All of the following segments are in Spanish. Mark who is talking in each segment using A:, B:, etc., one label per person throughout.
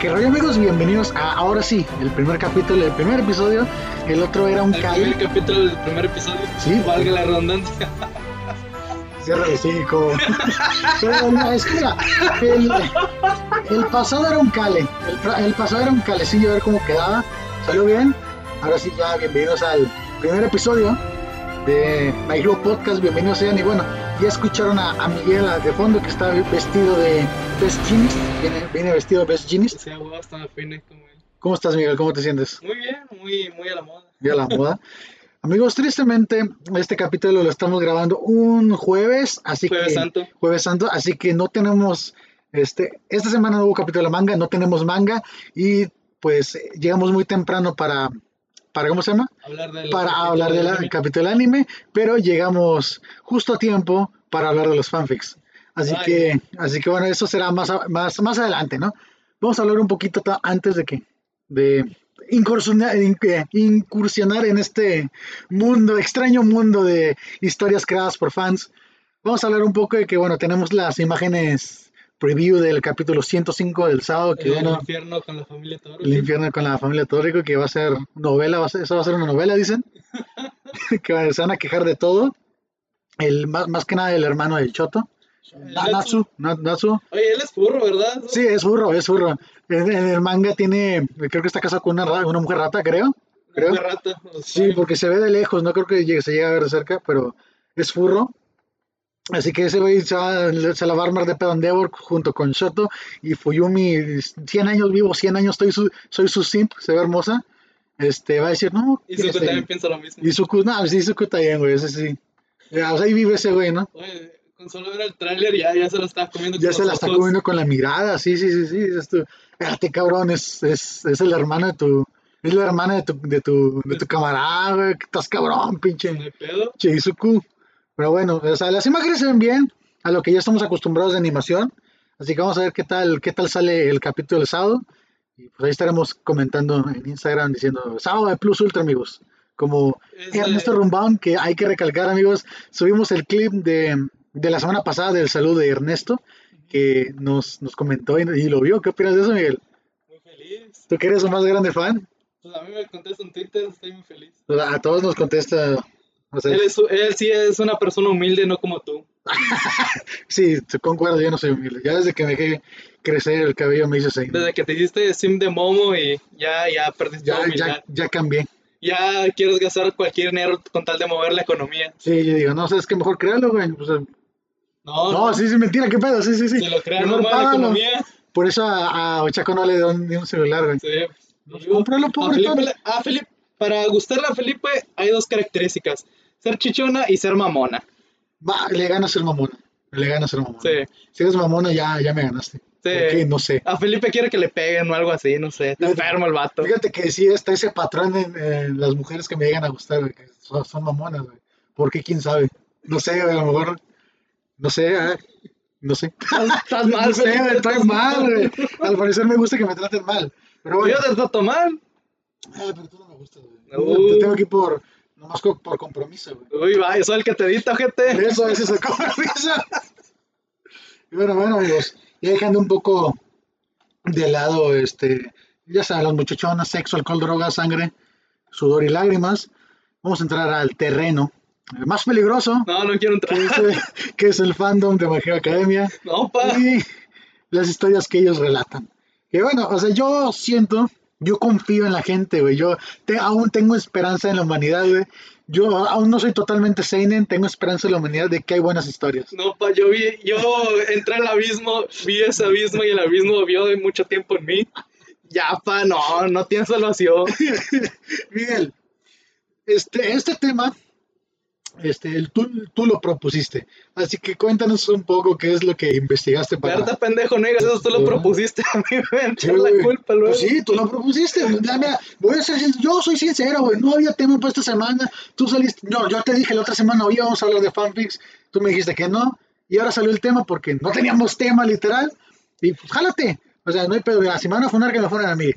A: Que rollo amigos, bienvenidos a ahora sí, el primer capítulo, el primer episodio. El otro era un
B: El
A: cable.
B: primer capítulo del primer episodio.
A: Sí.
B: Valga la redundancia.
A: Cierra el hocico. Pero no, es que mira, el, el pasado era un cale. El, pra- el pasado era un calecillo, a ver cómo quedaba. Salió bien. Ahora sí, ya bienvenidos al primer episodio de My Hero Podcast. Bienvenidos sean. Y bueno, ya escucharon a, a Miguel a- de fondo que está vestido de Best Jeans. Viene, viene vestido de Best
B: O
A: Jeans.
B: sea, huevo, estaba fina como él.
A: ¿Cómo estás, Miguel? ¿Cómo te sientes?
B: Muy bien, muy, muy a la moda.
A: Ya la moda. Amigos, tristemente, este capítulo lo estamos grabando un jueves, así
B: Jueves
A: que
B: Santo.
A: jueves santo, así que no tenemos este esta semana no hubo capítulo de manga, no tenemos manga y pues eh, llegamos muy temprano para para ¿cómo se llama?
B: Hablar del
A: Para
B: capítulo
A: hablar del
B: anime.
A: capítulo del anime, pero llegamos justo a tiempo para hablar de los fanfics. Así
B: Ay.
A: que así que bueno, eso será más a- más más adelante, ¿no? Vamos a hablar un poquito ta- antes de que de incursionar, in- eh, incursionar en este mundo, extraño mundo de historias creadas por fans. Vamos a hablar un poco de que, bueno, tenemos las imágenes preview del capítulo 105 del sábado, que
B: El
A: bueno,
B: infierno con la familia Toro.
A: el infierno con la familia Torrico, que va a ser novela, va a ser- eso va a ser una novela, dicen, que va- se van a quejar de todo. El, más, más que nada del hermano del Choto,
B: El
A: Na-
B: Natsu.
A: Natsu, Na- Natsu,
B: Oye, él es burro, ¿verdad?
A: Sí, es burro, es burro. En, en el manga tiene, creo que está casado con una, ra- una mujer rata, creo. creo.
B: Una rata. o sea,
A: Sí, porque se ve de lejos, no creo que llegue- se llegue a ver de cerca, pero es furro. Así que ese güey se, va- se la va a armar de pedo en Devor junto con Shoto y Fuyumi, 100 años vivo, 100 años estoy su- soy su simp, se ve hermosa. Este, va a decir, no,
B: Y Zuko
A: este,
B: también piensa lo mismo.
A: Izuku, no, sí, Izuku está bien, güey, ese sí. Ya, o sea, ahí vive ese güey, ¿no?
B: Oye, con solo ver el tráiler ya, ya se lo estaba comiendo
A: Ya
B: con
A: se
B: los
A: la está
B: ojos.
A: comiendo con la mirada, sí, sí, sí, sí. Dices tú, espérate, cabrón, es, es, es el hermano de tu, es la hermana de tu, de tu, de tu camarada, güey, que estás cabrón, pinche.
B: No hay pedo.
A: Che, Izuku. Pero bueno, o sea, las imágenes se ven bien a lo que ya estamos acostumbrados de animación. Así que vamos a ver qué tal, qué tal sale el capítulo del sábado. Y pues ahí estaremos comentando en Instagram diciendo sábado de Plus Ultra, amigos. Como
B: Es,
A: Ernesto
B: eh,
A: Rumbaum, que hay que recalcar, amigos. Subimos el clip de, de la semana pasada del saludo de Ernesto, que nos, nos comentó y, y lo vio. ¿Qué opinas de eso, Miguel?
B: Muy feliz.
A: Tú que eres su más grande fan,
B: Pues a mí me contesta en Twitter, estoy muy feliz.
A: a todos nos contesta. O sea,
B: Él, es, él sí es una persona humilde, no como tú.
A: Sí, te concuerdo, yo no soy humilde. Ya desde que me dejé crecer el cabello me hice seis.
B: Desde que te hiciste sim de momo y ya, ya perdiste
A: Ya,
B: la humildad.
A: ya, ya cambié.
B: Ya. quieres gastar cualquier dinero con tal de mover la economía.
A: Sí, yo digo, no, ¿sabes qué? Mejor créalo, güey. O sea,
B: No,
A: no, sí, sí, mentira, qué pedo, sí, sí, sí.
B: Si lo crean, no
A: Mejor
B: mueve la
A: págalo.
B: economía.
A: Por eso a, a Ochaco no le dan ni un celular, güey.
B: Sí.
A: Pues
B: Digo,
A: cómpralo,
B: a
A: pobre
B: Felipe,
A: todo.
B: le- a Felipe- para gustarle a Felipe hay dos características. Ser chichona y ser mamona.
A: Va, le ganas el mamón. Le ganas el mamón.
B: Sí.
A: Si eres mamona, ya, ya me ganaste. ¿Por qué? No sé.
B: A Felipe quiere que le peguen o algo así, no sé. Está
A: Fíjate-
B: enfermo el vato.
A: Fíjate que sí, está ese patrón en, en las mujeres que me llegan a gustar, güey, que son, son mamonas, güey. ¿Por qué? ¿Quién sabe? No sé, güey, a lo mejor. No sé, ah, no sé.
B: Estás mal,
A: no sé,
B: Felipe,
A: güey, estoy
B: estás
A: mal, güey. Al parecer me gusta que me traten mal. Pero bueno,
B: Yo te trato mal.
A: ah, pero tú no me gustas, güey.
B: No.
A: Te tengo aquí por, nomás co- por compromiso, güey.
B: Uy, vaya, soy el que te edita,
A: Por
B: gente.
A: eso ese es el compromiso. Y bueno, bueno, amigos, ya dejando un poco de lado, este, ya saben, las muchachonas, sexo, alcohol, droga, sangre, sudor y lágrimas, vamos a entrar al terreno eh, más peligroso,
B: No, no quiero entrar.
A: que es, eh, que es el fandom de Magia Academia
B: No, pa.
A: y las historias que ellos relatan. Que bueno, o sea, yo siento, yo confío en la gente, güey. Yo te- aún tengo esperanza en la humanidad, güey. Yo aún no soy totalmente seinen, tengo esperanza en la humanidad de que hay buenas historias.
B: No, pa, yo vi, yo entré al abismo, vi ese abismo y el abismo vio de mucho tiempo en mí. Ya, pa, no, no tiene salvación.
A: Miguel, este, este tema, este, el- tú, tú lo propusiste. Así que cuéntanos un poco qué es lo que investigaste para...
B: Verdad, pendejo, no digas eso, tú lo propusiste a mí, me echó la culpa luego.
A: Pues sí, tú lo propusiste. güey. Ya, mira, voy a ser sin- yo soy sincero, güey. No había tema para esta semana. Tú saliste. No, yo te dije la otra semana, hoy vamos a hablar de fanfics. Tú me dijiste que no. Y ahora salió el tema porque no teníamos tema, literal. Y pues, jálate. O sea, no hay pedo. Mira, Si me van a funar, que me funan a mí.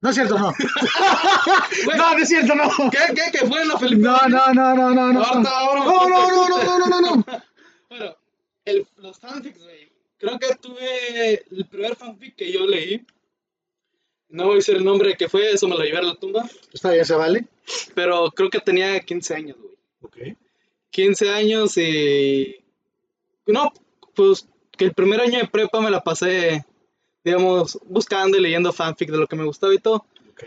A: No es cierto, no.
B: Güey,
A: no, no es cierto, no.
B: ¿Qué, qué, qué fue la Felipe?
A: No, no, no, no, no, no. No,
B: Ahorita, ahora,
A: no, no, no, no, no, no, no.
B: Bueno, el, los fanfics, güey. Creo que tuve el primer fanfic que yo leí No voy a decir el nombre que fue, eso me lo llevé a la tumba.
A: Está bien, se vale.
B: Pero creo que tenía 15 años, güey.
A: Ok.
B: 15 años y... No, pues que el primer año de prepa me la pasé, digamos, buscando y leyendo fanfic de lo que me gustaba y todo.
A: Ok.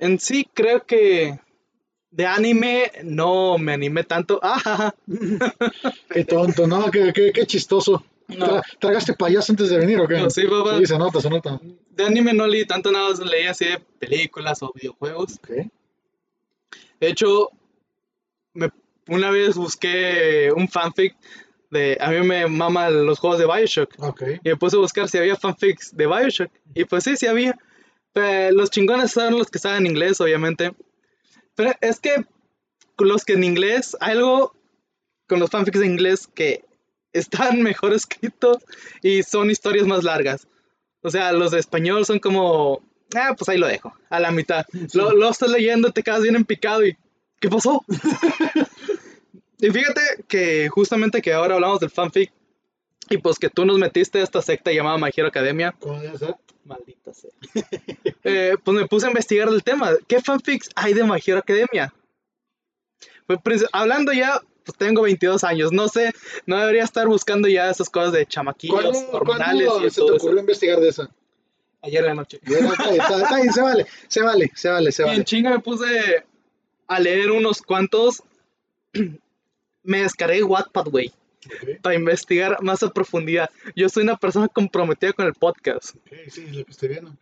B: En sí, creo que de anime no me animé tanto. Ah, ja, ja.
A: Qué tonto, ¿no? Qué, qué, qué chistoso.
B: No.
A: Tra- ¿Tragaste payaso antes de venir o qué?
B: No, sí, papá.
A: Sí, se nota, se nota.
B: De anime no leí tanto nada, más leí así de películas o videojuegos.
A: Ok.
B: De hecho, me, una vez busqué un fanfic de... A mí me maman los juegos de Bioshock.
A: Ok.
B: Y me puse a buscar si había fanfics de Bioshock. Y pues sí, sí había. Pero los chingones son los que estaban en inglés, obviamente. Pero es que los que en inglés, hay algo con los fanfics en inglés que están mejor escritos y son historias más largas. O sea, los de español son como, ah, pues ahí lo dejo, a la mitad. Lo, lo estás leyendo, te quedas bien en picado y, ¿qué pasó? y fíjate que justamente que ahora hablamos del fanfic y pues que tú nos metiste a esta secta llamada My Hero Academia.
A: ¿Cómo debe ser?
B: Maldita sea. Eh, pues me puse a investigar el tema. ¿Qué fanfics hay de My Hero Academia? Pues, princ- hablando ya, pues tengo 22 años. No sé, no debería estar buscando ya esas cosas de
A: ¿Cuándo,
B: chamaquillos, hormonales
A: ¿cuándo
B: y
A: se te
B: todo eso.
A: ocurrió investigar de esa?
B: Ayer en la noche.
A: Bueno, está, bien, está- está bien, se vale, se vale, se vale, se
B: Y en
A: vale.
B: chinga me puse a leer unos cuantos. me descargué Wattpad, güey,
A: Ok,
B: para investigar más a profundidad. Yo soy una persona comprometida con el podcast.
A: ok, sí, es lo que estoy viendo.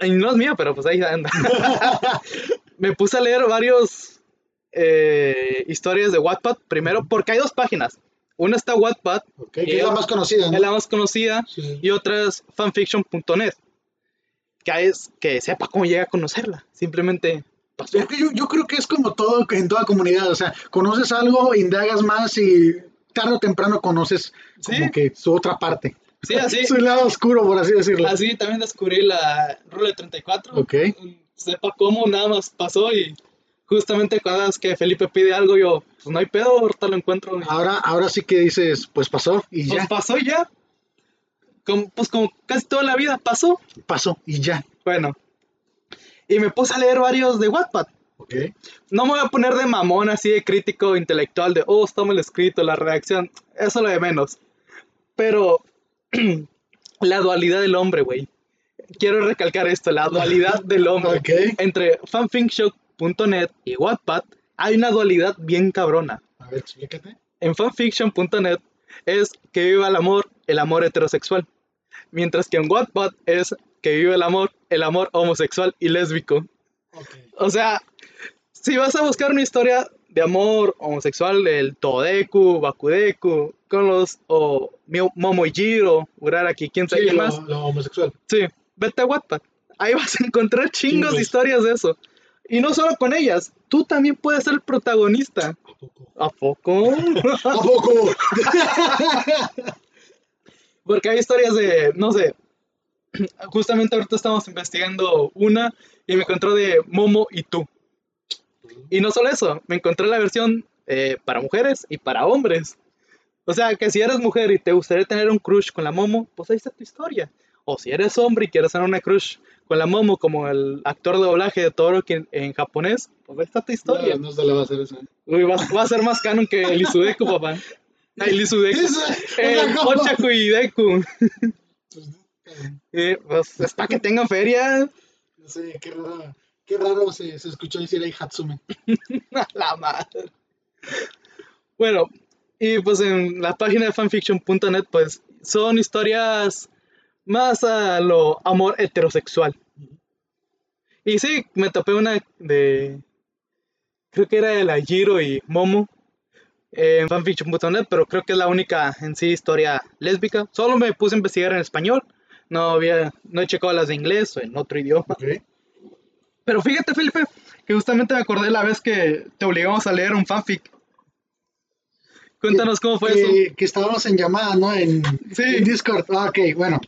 B: Y no es mía, pero pues ahí anda. me puse a leer varios eh, historias de Wattpad. Primero, porque hay dos páginas. Una está Wattpad,
A: Ok, que es la
B: Yo-
A: más conocida,
B: es
A: ¿no?
B: la más conocida,
A: Sí, sí.
B: y otra es fanfiction.net. Que es que sepa cómo llega a conocerla. Simplemente pasó.
A: Es que yo, yo creo que es como todo que en toda comunidad, o sea, conoces algo, indagas más y tarde o temprano conoces como
B: Sí.
A: que su otra parte,
B: Sí, así.
A: su lado oscuro, por así decirlo.
B: Así también descubrí la Rule 34.
A: Ok.
B: Sepa cómo nada más pasó y justamente cuando es que Felipe pide algo, yo, pues no hay pedo, ahorita lo encuentro.
A: Ahora, ahora sí que dices, pues pasó y
B: Pues
A: ya,
B: pasó ya. Como- pues como casi toda la vida pasó.
A: pasó y ya.
B: Bueno. Y me puse a leer varios de Wattpad.
A: Ok,
B: No me voy a poner de mamón así de crítico intelectual de, oh, está mal escrito, la redacción. Eso lo de menos. Pero la dualidad del hombre, güey. Quiero recalcar esto, la dualidad del hombre.
A: Ok.
B: Entre fanfiction.net y Wattpad hay una dualidad bien cabrona.
A: a ver, explícate.
B: en fanfiction.net es que viva el amor, el amor heterosexual. Mientras que en Wattpad es que viva el amor, el amor homosexual y lésbico. O sea, si vas a buscar una historia de amor homosexual, el Todeku, Bakudeku, con los o Mio- Momoijiro, Uraraki, quién sabe
A: Sí,
B: qué
A: lo,
B: más.
A: lo homosexual.
B: Sí, vete a Wattpad. Ahí vas a encontrar chingos
A: Chingos.
B: de historias de eso. Y no solo con ellas, tú también puedes ser el protagonista.
A: ¿A poco?
B: ¿A
A: ¿A poco?
B: poco? Ah, Porque hay historias de, no sé, justamente ahorita estamos investigando una y me encontró de Momo y tú. Y no solo eso, me encontré la versión eh, para mujeres y para hombres. O sea, que si eres mujer y te gustaría tener un crush con la Momo, pues ahí está tu historia. O si eres hombre y quieres tener una crush con la Momo, como el actor de doblaje de Toro que en, en japonés, pues ahí está tu historia.
A: No, no se la va a hacer ¿eh? esa.
B: Uy, va, va a ser más canon que el Izudeku, papá. El Izudeku.
A: Esa,
B: El
A: una capa.
B: Ochaku y Deku.
A: Pues, eh,
B: Eh, pues es para que tengan feria.
A: No sé, qué raro, qué raro se, se escuchó decir ahí Hatsume.
B: A la madre. Bueno, y pues en la página de fanfiction.net, pues son historias más a lo amor heterosexual. Y sí, me topé una de. Creo que era de la Jiro y Momo eh, en fanfiction.net, pero creo que es la única en sí historia lésbica. Solo me puse a investigar en español. No había, no he checado las de inglés o en otro idioma.
A: Okay.
B: Pero fíjate, Felipe, que justamente me acordé la vez que te obligamos a leer un fanfic. Cuéntanos cómo fue eso.
A: que, que estábamos en llamada, ¿no? En,
B: Sí.
A: en Discord. Ah, ok, bueno.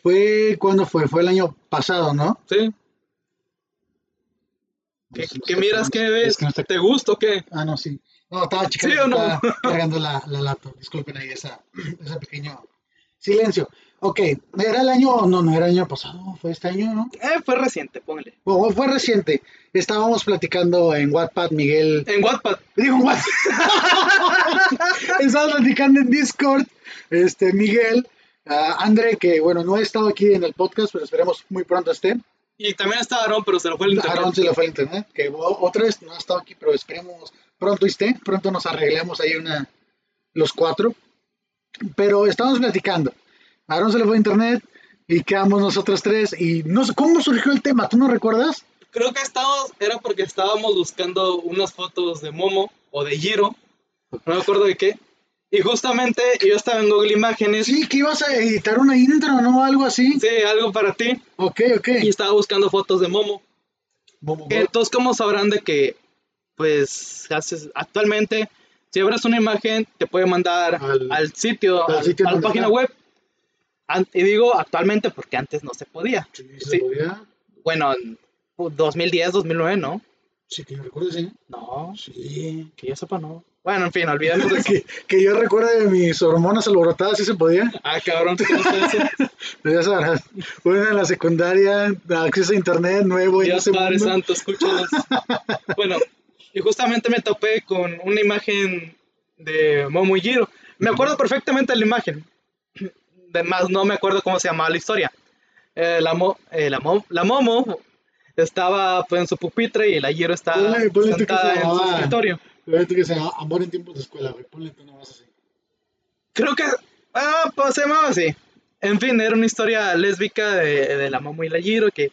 A: Fue, ¿cuándo fue? Fue el año pasado, ¿no?
B: Sí. ¿Qué,
A: Pues, no
B: qué
A: sé,
B: miras?
A: no-
B: ¿Qué ves?
A: es que no está-
B: ¿Te gusta o qué?
A: Ah, no, sí. No, estaba checando,
B: ¿Sí o no?
A: estaba cargando la, la laptop. Disculpen ahí esa, ese pequeño silencio. Ok, era el año, no, no era el año pasado, fue este año, ¿no?
B: Eh, fue reciente, póngale.
A: Bueno, fue reciente. Estábamos platicando en Wattpad, Miguel.
B: En Wattpad.
A: Digo, en Wattpad. Estábamos platicando en Discord, este, Miguel, ah, André, que bueno, no he estado aquí en el podcast, pero esperemos muy pronto esté.
B: Y también estaba Aaron, pero se lo fue el internet.
A: Aaron se le fue el internet, que o- otra vez no ha estado aquí, pero esperemos pronto esté, pronto nos arreglemos ahí una, los cuatro. Pero estamos platicando. Aaron se le fue el internet y quedamos nosotros tres y no sé cómo surgió el tema, ¿tú no recuerdas?
B: Creo que estábamos, era porque estábamos buscando unas fotos de Momo o de Giro, no me acuerdo de qué. Y justamente yo estaba en Google Imágenes, sí,
A: Sí, que ibas a editar una intro, ¿no? Algo así.
B: algo para ti,
A: Ok, ok.
B: y estaba buscando fotos de Momo.
A: Momo Go-
B: Entonces, ¿cómo sabrán de que, pues, haces, actualmente, si abres una imagen, te puede mandar
A: Al-
B: al, sitio,
A: al
B: al-
A: sitio
B: a la
A: donde
B: página
A: está.
B: web? An- y digo actualmente porque antes no se podía.
A: Sí,
B: sí. Bueno, en 2010, 2009, ¿no?
A: Sí, que yo recuerdo, sí.
B: No,
A: Sí.
B: que yo sepa, no. Bueno, en fin, olvidemos eso.
A: Que, que yo recuerde de mis hormonas alborotadas, sí se podía.
B: Ah, cabrón, ¿cómo está eso?
A: Ya sabrás. Bueno, en la secundaria, acceso a internet nuevo. y
B: Dios
A: ese
B: Padre
A: mundo.
B: Santo, escúchalos. bueno, y justamente me topé con una imagen de Momo y Giro. Me acuerdo perfectamente de la imagen. Además, no me acuerdo cómo se llamaba la historia. Eh, la, mo- eh, la, mo- la Momo estaba pues, en su pupitre y la Giro estaba
A: Ponle- ponle tú que se
B: sentada en su
A: llamaba.
B: escritorio.
A: Pero tú que se llama Amor en tiempos de escuela, güey. Ponle tú nomás así.
B: Creo que. Ah, pues se llamaba así. En fin, era una historia lésbica de, de la Momo y la Giro que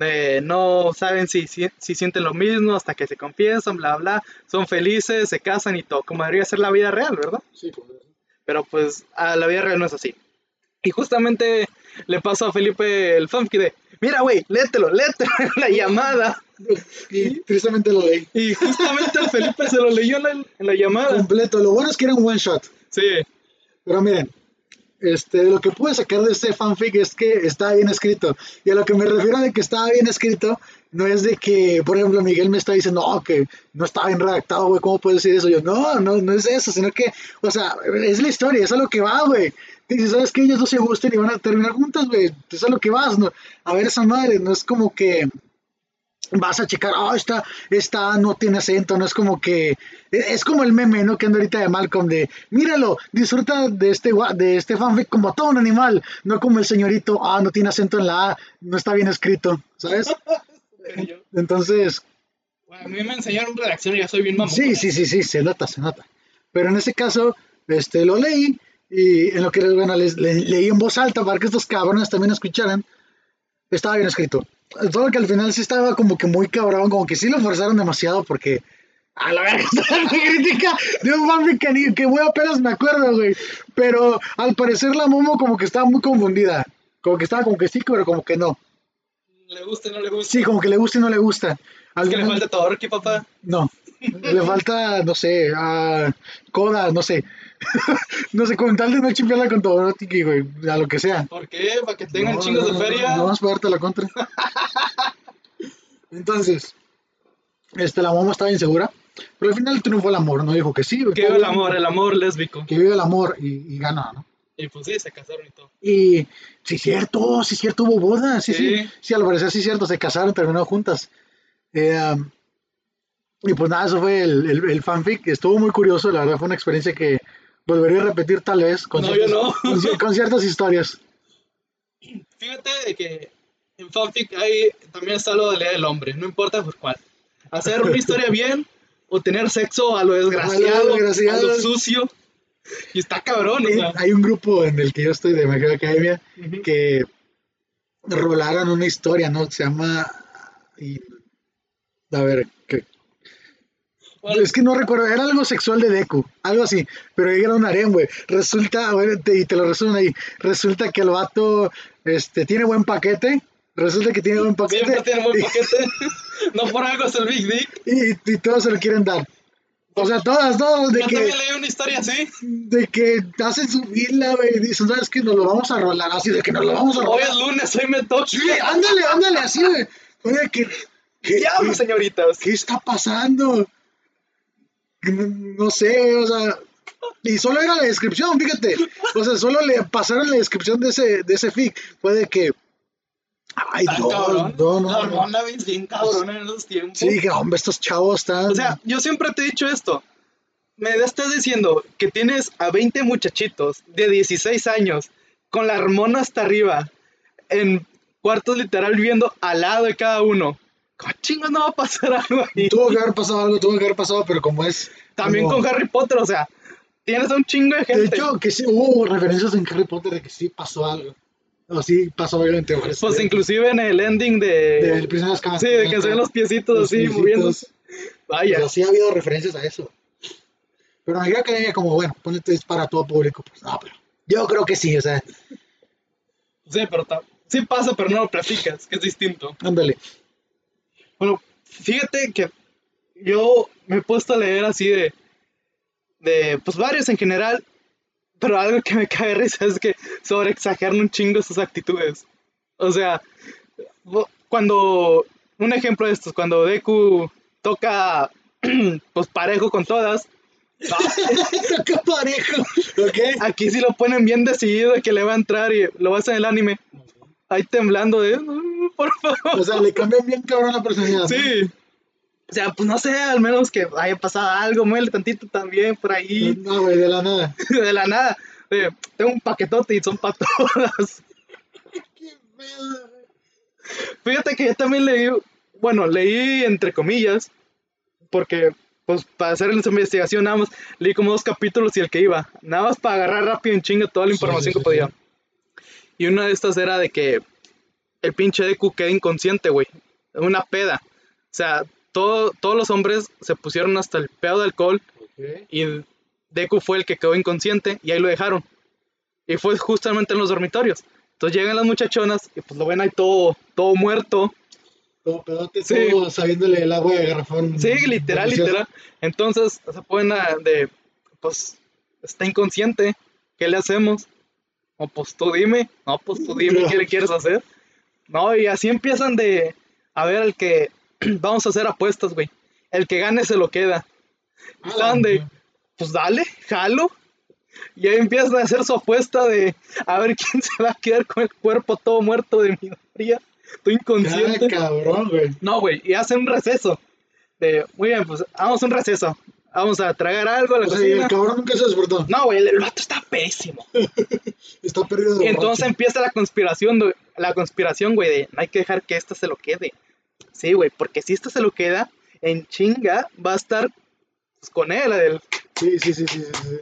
B: eh, no saben si, si, si sienten lo mismo hasta que se confiesan, bla, bla. Son felices, se casan y todo. Como debería ser la vida real, ¿verdad?
A: Sí, pues.
B: Pero pues a la vida real no es así. Y justamente le pasó a Felipe el fanfic de: Mira, güey, léetelo, léetelo en la llamada.
A: Y tristemente lo leí.
B: Y justamente a Felipe se lo leyó en la, en la llamada.
A: Completo. Lo bueno es que era un one shot.
B: Sí,
A: Pero miren, este, lo que pude sacar de este fanfic es que estaba bien escrito. Y a lo que me refiero de que estaba bien escrito, no es de que, por ejemplo, Miguel me está diciendo, no, que no estaba bien redactado, güey, ¿cómo puedes decir eso? Yo, no, no, no es eso, sino que, o sea, es la historia, es a lo que va, güey. Dices, ¿sabes qué? Ellos no se gustan y van a terminar juntas, güey. Es a lo que vas, ¿no? A ver esa madre, no es como que vas a checar, ah, esta, esta no tiene acento, no es como que, es es como el meme, ¿no? Que anda ahorita de Malcolm, de, míralo, disfruta de este, gua- de este fanfic como todo un animal, no como el señorito, ah, no tiene acento en la A, no está bien escrito, ¿sabes?
B: pero yo.
A: Entonces,
B: A mí me enseñaron redacción y ya soy bien mamón.
A: sí, sí, sí, sí, se nota, se nota. Pero en ese caso, este, lo leí, y en lo que, bueno, les- le- leí en voz alta para que estos cabrones también escucharan, estaba bien escrito. Solo que al final sí estaba como que muy cabrón, como que sí lo forzaron demasiado porque... A la verga, está la crítica de un fanfic que, ni- que güey, apenas me acuerdo, güey. Pero al parecer la Momo como que estaba muy confundida. Como que estaba como que sí, pero como que no.
B: Le gusta, no le gusta.
A: Sí, como que le gusta y no le gusta. Al
B: Es que le
A: final-
B: falta Todoroki, papá.
A: No. Le falta, no sé, a Coda, no sé. no sé, con tal de no chimpearla con Todoroki, güey, a lo que sea.
B: ¿Por qué? Para que tengan
A: No,
B: chingos
A: no,
B: de feria.
A: No, vamos a pagarte la contra. Entonces, este, la mamá estaba insegura, pero al final triunfó el amor, no dijo que sí. güey.
B: Que viva el amor, el amor lésbico.
A: Que vive el amor y, y gana, ¿no?
B: Y pues sí, se casaron y todo.
A: Y sí, cierto, sí, cierto, hubo boda, sí, sí, sí,
B: Sí.
A: al parecer sí, cierto, se casaron, terminaron juntas. Eh, um, y pues nada, eso fue el, el, el fanfic, estuvo muy curioso, la verdad fue una experiencia que volvería a repetir tal vez con,
B: No,
A: ciertas,
B: yo no.
A: con cier- con ciertas historias.
B: Fíjate de que en fanfic hay, también está lo de leer el hombre, no importa por cuál. Hacer una historia bien o tener sexo a lo desgraciado, a lo,
A: desgraciado.
B: sucio. Y está cabrón, o
A: Eh,
B: sea.
A: Hay un grupo en el que yo estoy de My Hero Academia
B: Ujú.
A: que rolaron una historia, ¿no? Se llama... y- a ver, que-
B: Bueno,
A: Es que no recuerdo, era algo sexual de Deku, algo así, pero era un harem, güey. Resulta, a ver, te- y te lo resumen ahí, resulta que el vato este, tiene buen paquete, resulta que tiene buen
B: siempre
A: paquete
B: tiene buen paquete. no por algo es el Big Dick.
A: y, y- y todos se lo quieren dar. O sea, todas, todas, de
B: Yo
A: que,
B: también leí una historia así.
A: de que hacen su fila, güey, y dicen, ¿sabes que Nos lo vamos a rolar, así de que nos lo vamos a
B: Hoy
A: rolar.
B: es lunes, hoy me toca.
A: Sí, ah, ándale, ándale, así, güey. Oye, que... que-
B: Diablo,
A: que-
B: señoritas.
A: ¿qué está pasando? No, no sé, o sea, Y solo era la descripción, fíjate. O sea, solo le pasaron la descripción de ese, de ese fic. Fue de que. Ay,
C: Tan
A: no,
C: cabrón.
A: no, no.
C: La hormona es bien cabrona en los tiempos.
A: Sí, dije, hombre, estos chavos están.
B: O sea, yo siempre te he dicho esto. Me estás diciendo que tienes a 20 muchachitos de 16 años con la hormona hasta arriba en cuartos literal viviendo al lado de cada uno. ¿Cómo chingos no va a pasar algo ahí?
A: tuvo que haber pasado algo, tuvo que haber pasado, pero como es.
B: También
A: como-
B: con Harry Potter, o sea, tienes a un chingo de gente.
A: De hecho, que sí, hubo referencias en Harry Potter de que sí pasó algo. O sí pasó obviamente. Pues,
B: pues
A: de-
B: inclusive en el ending
A: del
B: de...
A: prisionero de Azkaban.
B: sí, de que se ven los piecitos
A: Los
B: así
A: piecitos.
B: moviéndose.
A: O
B: Vaya.
A: sea, sí ha habido referencias a eso. Pero en la academia, como bueno, ponete es para todo público. Pues no, pero yo creo que sí, o sea,
B: Sí, pero ta- sí pasa, pero no lo platicas, que es distinto.
A: ándale.
B: Bueno, fíjate que yo me he puesto a leer así de, de pues varios en general, pero algo que me cae de risa es que sobre exageran un chingo sus actitudes. O sea, bo- cuando, un ejemplo de estos, cuando Deku toca pues parejo con todas, ah,
A: ¡Qué parejo! ¿Ok?
B: aquí sí lo ponen bien decidido de que le va a entrar y lo vas en el anime. Ahí temblando de, "Mm, por favor.
A: O sea, le cambian bien cabrón la personalidad. ¿no?
B: Sí. O sea, pues no sé, al menos que haya pasado algo, muele tantito también por ahí,
A: No, güey, de la nada.
B: de la nada. Eh, tengo un paquetote y son para todas. Fíjate que yo también leí, bueno, leí entre comillas, porque pues para hacer esa investigación nada más, leí como dos capítulos y el que iba, nada más para agarrar rápido en chinga toda la
A: Sí, sí,
B: información que
A: sí,
B: podía.
A: sí.
B: Y una de estas era de que el pinche Deku queda inconsciente, güey, una peda. O sea, todo- todos los hombres se pusieron hasta el pedo de alcohol y Deku fue el que quedó inconsciente y ahí lo dejaron. Y fue justamente en los dormitorios. Entonces llegan las muchachonas y pues lo ven ahí todo, todo muerto.
A: Como pedote,
B: Sí.
A: todo sabiéndole el agua de garrafón.
B: Sí, literal,
A: Mm, Delicioso.
B: literal. Entonces se ponen a- ah, de, pues, está inconsciente. ¿Qué le hacemos? No, pues tú dime. No, pues tú dime
A: Ya.
B: qué le quieres hacer. No, y así empiezan de, a ver, el que, vamos a hacer apuestas, güey. El que gane se lo queda.
A: Ah,
B: Estaban de,
A: la-
B: pues dale, jalo. Y ahí empiezan a hacer su apuesta de a ver quién se va a quedar con el cuerpo todo muerto de mi fría, todo inconsciente.
A: Cada cabrón, güey.
B: No, güey, y hacen un receso. De, muy bien, pues vamos a un receso. Vamos a tragar algo a la
A: O sea, y
B: cocina.
A: Pues, el cabrón nunca se despertó.
B: No, güey, el, el vato está pésimo.
A: Está perdido de
B: Y entonces
A: borracho.
B: empieza la conspiración, güey, la conspiración, güey, de no hay que dejar que esta se lo quede. Sí, güey, porque si esta se lo queda, en chinga va a estar pues, con él. el-
A: Sí, sí, sí, sí. sí, sí.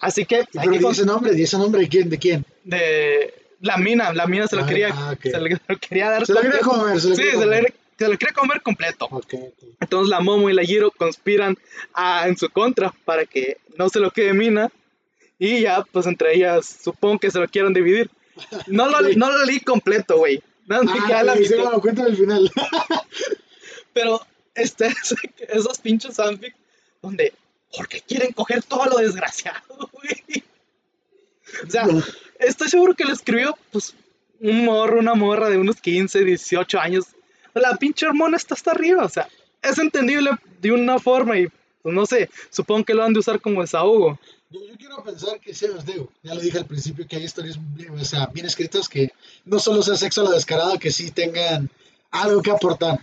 B: Así que hay
A: Pero
B: que
A: di
B: cons-
A: ese nombre, di ese nombre de quién, de quién.
B: de la mina, la mina se lo
A: Ah,
B: quería,
A: ah, ok.
B: se lo, se lo quería dar
A: Se lo quería
B: completo.
A: comer, se lo
B: Sí,
A: quería
B: se lo,
A: comer.
B: se lo quería comer completo.
A: Ok, ok.
B: Entonces la Momo y la Giro conspiran ah, en su contra para que no se lo quede Mina. Y ya, pues entre ellas, supongo que se lo quieran dividir. No lo,
A: Sí.
B: no lo leí completo, güey. No me quedé a la
A: Ah, sí, se
B: mitad.
A: me cuenta del final.
B: Pero este, esos pinches fanfics donde, ¿por qué quieren coger todo lo desgraciado, güey? O sea,
A: No.
B: estoy seguro que lo escribió, pues, un morro, una morra de unos 15, 18 años. La pinche hormona está hasta arriba, o sea, es entendible de una forma y, pues, no sé, supongo que lo han de usar como desahogo.
A: Yo, yo quiero pensar que sí, os digo, ya lo dije al principio, que hay historias bien, o sea, bien escritas que no solo sea sexo a lo descarado, que sí tengan algo que aportar.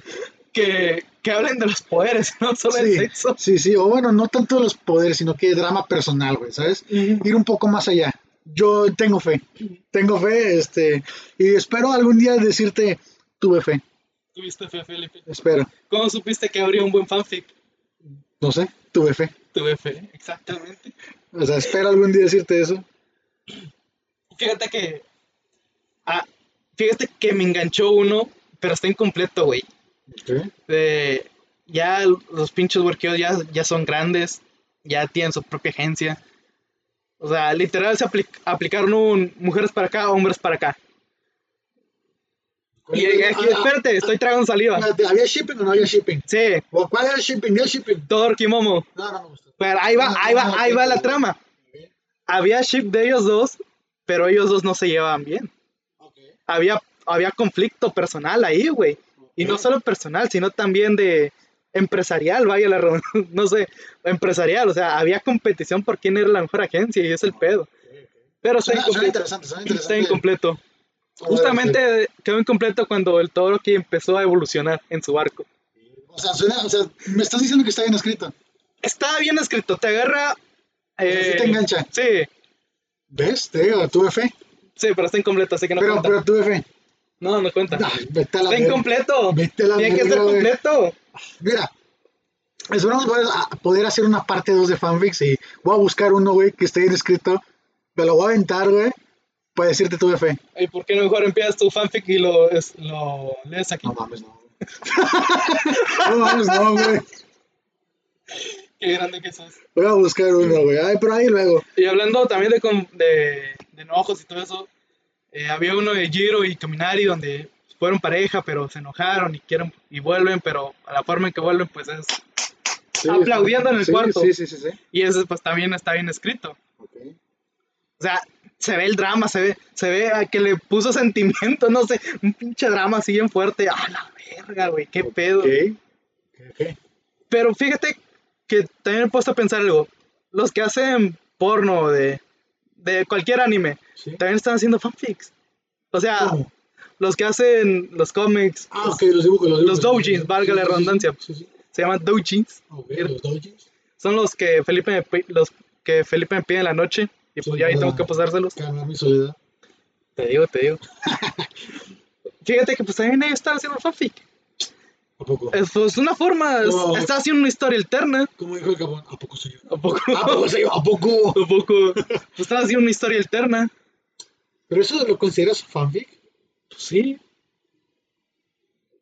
B: Que, que hablen de los poderes, no solo del
A: Sí,
B: sexo.
A: sí, sí, o bueno, no tanto los poderes, sino que drama personal, güey, ¿sabes? Ir un poco más allá. Yo tengo fe, tengo fe, este, y espero algún día decirte, tuve fe,
B: ¿Tuviste fe, Felipe?
A: espero,
B: ¿Cómo supiste que habría un buen fanfic?
A: no sé, tuve fe.
B: Tuve fe, exactamente.
A: O sea, espero algún día decirte eso.
B: Fíjate que. ah, fíjate que me enganchó uno, pero está incompleto, güey. de- ya los pinches workeos ya, ya son grandes, ya tienen su propia agencia. O sea, literal se apli- aplicaron un mujeres para acá, hombres para acá. Y, eh, y aquí,
A: Ah,
B: espérate, estoy tragando saliva.
A: espérate, ¿Había shipping o no había shipping?
B: Sí,
A: ¿O cuál era el shipping? ¿Era el shipping?
B: todo Orquimomo.
A: No, no me gustó.
B: Pero ahí va, ahí va, ahí va la trama. Había ship de ellos dos, pero ellos dos no se llevaban bien.
A: Ok.
B: había, había conflicto personal ahí, güey. Y no
A: Ok.
B: solo personal, sino también de, empresarial, vaya la redundancia, no sé, empresarial, o sea, había competición por quién era la mejor agencia y es el pedo. Pero está
A: Suena, suena
B: incompleto.
A: interesante, suena
B: Está
A: interesante.
B: incompleto. Justamente quedó incompleto cuando el toro que empezó a evolucionar en su barco.
A: O sea, suena, o sea, me estás diciendo que está bien escrito.
B: Está bien escrito, te agarra.
A: Sí
B: eh,
A: te engancha.
B: Sí,
A: ¿Ves? Te digo, tuve fe.
B: sí, pero está incompleto, así que no
A: pero,
B: cuenta.
A: pero tuve fe.
B: No, no cuenta.
A: Ay, vete a la
B: está
A: verga.
B: incompleto.
A: Vete a la
B: Tiene que ser
A: verga, güey.
B: completo.
A: Mira, esperamos poder, a- ah, poder hacer una parte 2 de fanfics y voy a buscar uno, güey, que esté bien escrito. Me lo voy a aventar, güey, para decirte tuve fe.
B: ¿Y por qué no mejor empiezas tu fanfic y lo, es- lo lees aquí?
A: No mames, no. no mames, no, güey.
B: Qué grande que sos.
A: Voy a buscar uno, güey. Ay, pero ahí luego.
B: Y hablando también de, com- de, de enojos y todo eso, eh, había uno de Giro y Caminari donde fueron pareja, pero se enojaron y quieren y vuelven, pero a la forma en que vuelven, pues es.
A: Sí,
B: Aplaudiendo en el
A: sí,
B: cuarto.
A: Sí, sí, sí, sí.
B: Y eso pues también está bien escrito.
A: Ok.
B: O sea, se ve el drama, se ve, se ve a que le puso sentimiento, no sé, un pinche drama así bien fuerte. A la verga, güey, qué pedo.
A: Ok. Ok.
B: Pero fíjate que también he puesto a pensar algo. Los que hacen porno de, de cualquier anime,
A: Sí.
B: también están haciendo fanfics. O sea,
A: ¿Cómo?
B: los que hacen los cómics,
A: Ah, ok, los dibujos. Los,
B: los
A: dibujos.
B: doujins, valga
A: Sí,
B: la
A: sí, sí,
B: redundancia.
A: Sí, sí.
B: se llaman doujins,
A: Ok, los doujins.
B: son los que Felipe me, pi- los que Felipe me pide en la noche y pues
A: Sí,
B: ya ahí
A: ¿verdad?
B: tengo que pasárselos.
A: Calmar mi soledad.
B: Te digo, te digo. Fíjate que pues también ellos están haciendo fanfic.
A: ¿A poco?
B: Es pues una forma, es-
A: No.
B: está haciendo una historia alterna.
A: Como dijo el capón, ¿a poco soy yo?
B: ¿A poco?
A: ¿A poco soy yo? ¿A poco?
B: ¿A poco? Pues están haciendo una historia alterna.
A: ¿Pero eso lo consideras fanfic?
B: Pues sí.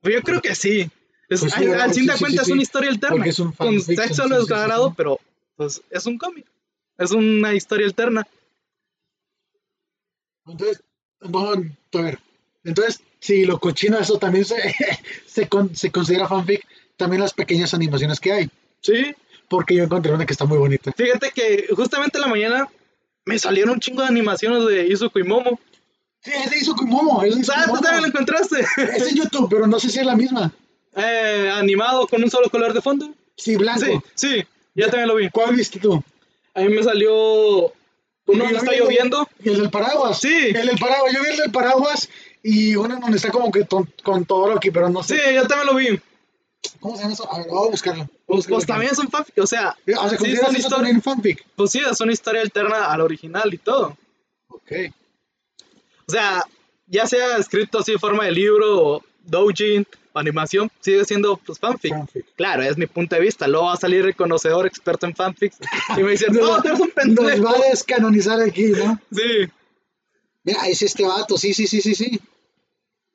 B: Pues yo creo que sí. Es-
A: Pues sí,
B: al,
A: ¿verdad?
B: al fin de
A: Sí, sí,
B: cuentas
A: sí,
B: es una
A: sí.
B: historia alterna.
A: Porque es un
B: Con
A: fanfiction,
B: sexo
A: sí,
B: lo
A: sí, sí,
B: desagradado,
A: sí.
B: pero pues es un cómic. Es una historia alterna.
A: Entonces, no, a ver. Entonces, si lo cochino eso también se, se, con- se considera fanfic, también las pequeñas animaciones que hay.
B: Sí.
A: Porque yo encontré una que está muy bonita.
B: Fíjate que justamente en la mañana me salieron un chingo de animaciones de Izuku y Momo.
A: Sí, es de Izuku y Momo. Es de Izuku y
B: Ah, tú
A: Momo.
B: también lo encontraste.
A: Es en YouTube, pero no sé si es la misma.
B: Eh, animado con un solo color de fondo.
A: Sí, blanco.
B: Sí, sí, ya también lo vi.
A: ¿Cuál viste tú?
B: A mí me salió uno
A: Yo
B: donde
A: vi
B: está
A: el del-
B: lloviendo.
A: Y el del paraguas.
B: Sí.
A: El del paraguas. Yo vi el del paraguas y uno en donde está como que ton- con todo aquí, pero no
B: Sí,
A: sé.
B: ya también lo vi.
A: ¿Cómo se llama eso? A ver, voy a buscarlo. Ah,
B: Pues, pues también son fanfic. O sea,
A: O sea,
B: sí,
A: consideras
B: son
A: eso
B: historias-
A: también fanfic.
B: pues sí, es una historia alterna a la original y todo.
A: Ok.
B: O sea, ya sea escrito así en forma de libro o doujin o animación, sigue siendo pues fanfic.
A: Fanfic.
B: Claro, es mi punto de vista. Luego va a salir el conocedor experto en fanfics y me dice, no, tú eres un
A: Nos
B: pendejo.
A: va a descanonizar aquí, ¿no?
B: Sí.
A: Mira, es este vato, sí, sí, sí, sí, sí.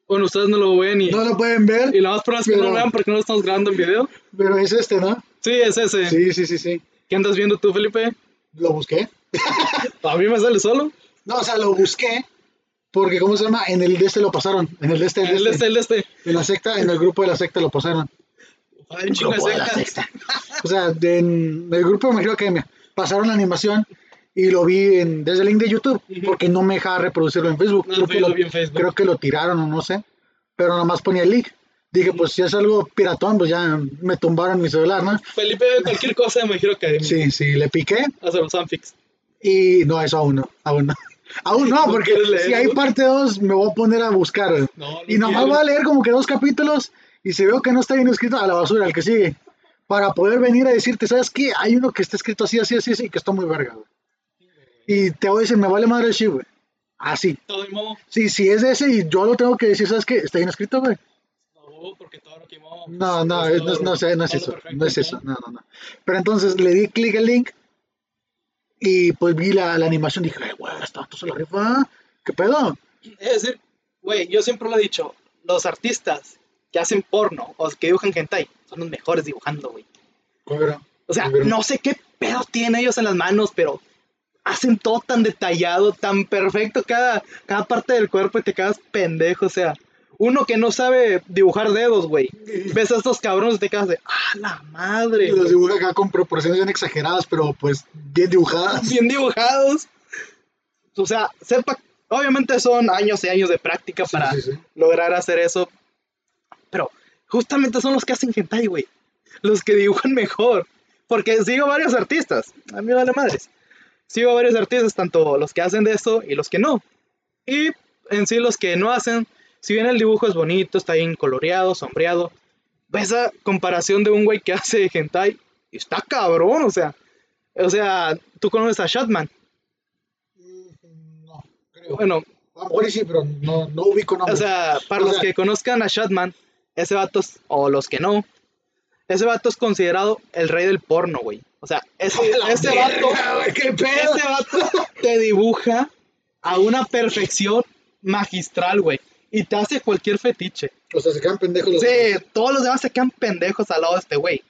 B: Bueno, ustedes no lo ven y,
A: No lo pueden ver,
B: y lo más probable es que no lo
A: Pero-
B: vean porque no lo estamos grabando en video.
A: pero es este, ¿no?
B: Sí, es ese.
A: Sí, sí, sí, sí.
B: ¿Qué andas viendo tú, Felipe?
A: Lo busqué.
B: A mí me sale solo.
A: No, o sea, lo busqué porque, ¿cómo se llama? En el de este lo pasaron. En el de este, en
B: El de este, el de este.
A: En la secta, en el grupo de la secta lo pasaron.
B: Ay, un chingo de sectas.
A: O sea, de- en el grupo de Magic Academia pasaron la animación y lo vi en, desde el link de YouTube
B: Ujú.
A: porque no me dejaba reproducirlo en Facebook.
B: No,
A: creo,
B: yo
A: que
B: lo
A: lo,
B: vi en Facebook.
A: creo que lo tiraron o no sé, pero nomás ponía el link. Dije, pues si es algo piratón, pues ya me tumbaron mi celular, ¿no?
B: Felipe ve cualquier cosa de My Hero Academia.
A: Sí, sí, le piqué
B: Hace los fanfics.
A: y no, eso aún no, aún no. Aún no,
B: No
A: porque
B: quieres
A: si hay
B: leerlo.
A: parte 2 me voy a poner a buscar. güey.
B: No, no
A: Y nomás
B: quiero.
A: voy a leer como que dos capítulos y si veo que no está bien escrito, a la basura, al que sigue. Para poder venir a decirte, ¿sabes qué? Hay uno que está escrito así, así, así, así, que está muy verga, güey. Y te voy a decir, me vale madre el shit, güey. Así.
B: Todo y Momo.
A: Sí, sí es de ese y yo lo tengo que decir, ¿sabes qué? Está bien escrito, güey.
B: No, porque todo lo que Momo.
A: No,
B: pues,
A: no,
B: es
A: es- no,
B: todo-
A: no, sé, no es
B: todo lo
A: eso,
B: perfecto,
A: no es eso, no, no, no. Pero entonces le di clic al link y pues vi la, la animación y dije, "Ay, güey, está todo se la rifa, ¿qué pedo?
B: Es decir, güey, yo siempre lo he dicho, los artistas que hacen porno o que dibujan hentai son los mejores dibujando, güey. O sea,
A: Sí, pero-
B: no sé qué pedo tienen ellos en las manos, pero hacen todo tan detallado, tan perfecto cada, cada parte del cuerpo y te quedas pendejo. O sea, uno que no sabe dibujar dedos, güey. Ves a estos cabrones y te quedas de, ah, la madre.
A: Y los dibuja acá con proporciones bien exageradas, pero pues bien dibujadas.
B: bien dibujados. O sea, sepa, obviamente son años y años de práctica para
A: sí, sí.
B: lograr hacer eso. Pero justamente son los que hacen hentai, güey. los que dibujan mejor. Porque sigo varios artistas. A mí me vale madres. Sigo varios artistas, tanto los que hacen de esto y los que no. Y en sí, los que no hacen, si bien el dibujo es bonito, está bien coloreado, sombreado, ves esa comparación de un güey que hace hentai, y está cabrón, o sea. O sea, tú conoces a Shatman.
A: No, creo.
B: Bueno,
A: A lo mejor sí, pero no, no ubico
B: O
A: nombres.
B: sea, para
A: O
B: los
A: sea-
B: que conozcan a Shatman, ese vato, es- o los que no, ese vato es considerado el rey del porno, güey. O sea, ese,
A: La
B: ese
A: verga,
B: vato,
A: güey, ¡Qué pedo!
B: ese vato te dibuja a una perfección magistral, güey. Y te hace cualquier fetiche.
A: O sea, se quedan pendejos los
B: Sí, todos los demás se quedan pendejos al lado de este güey.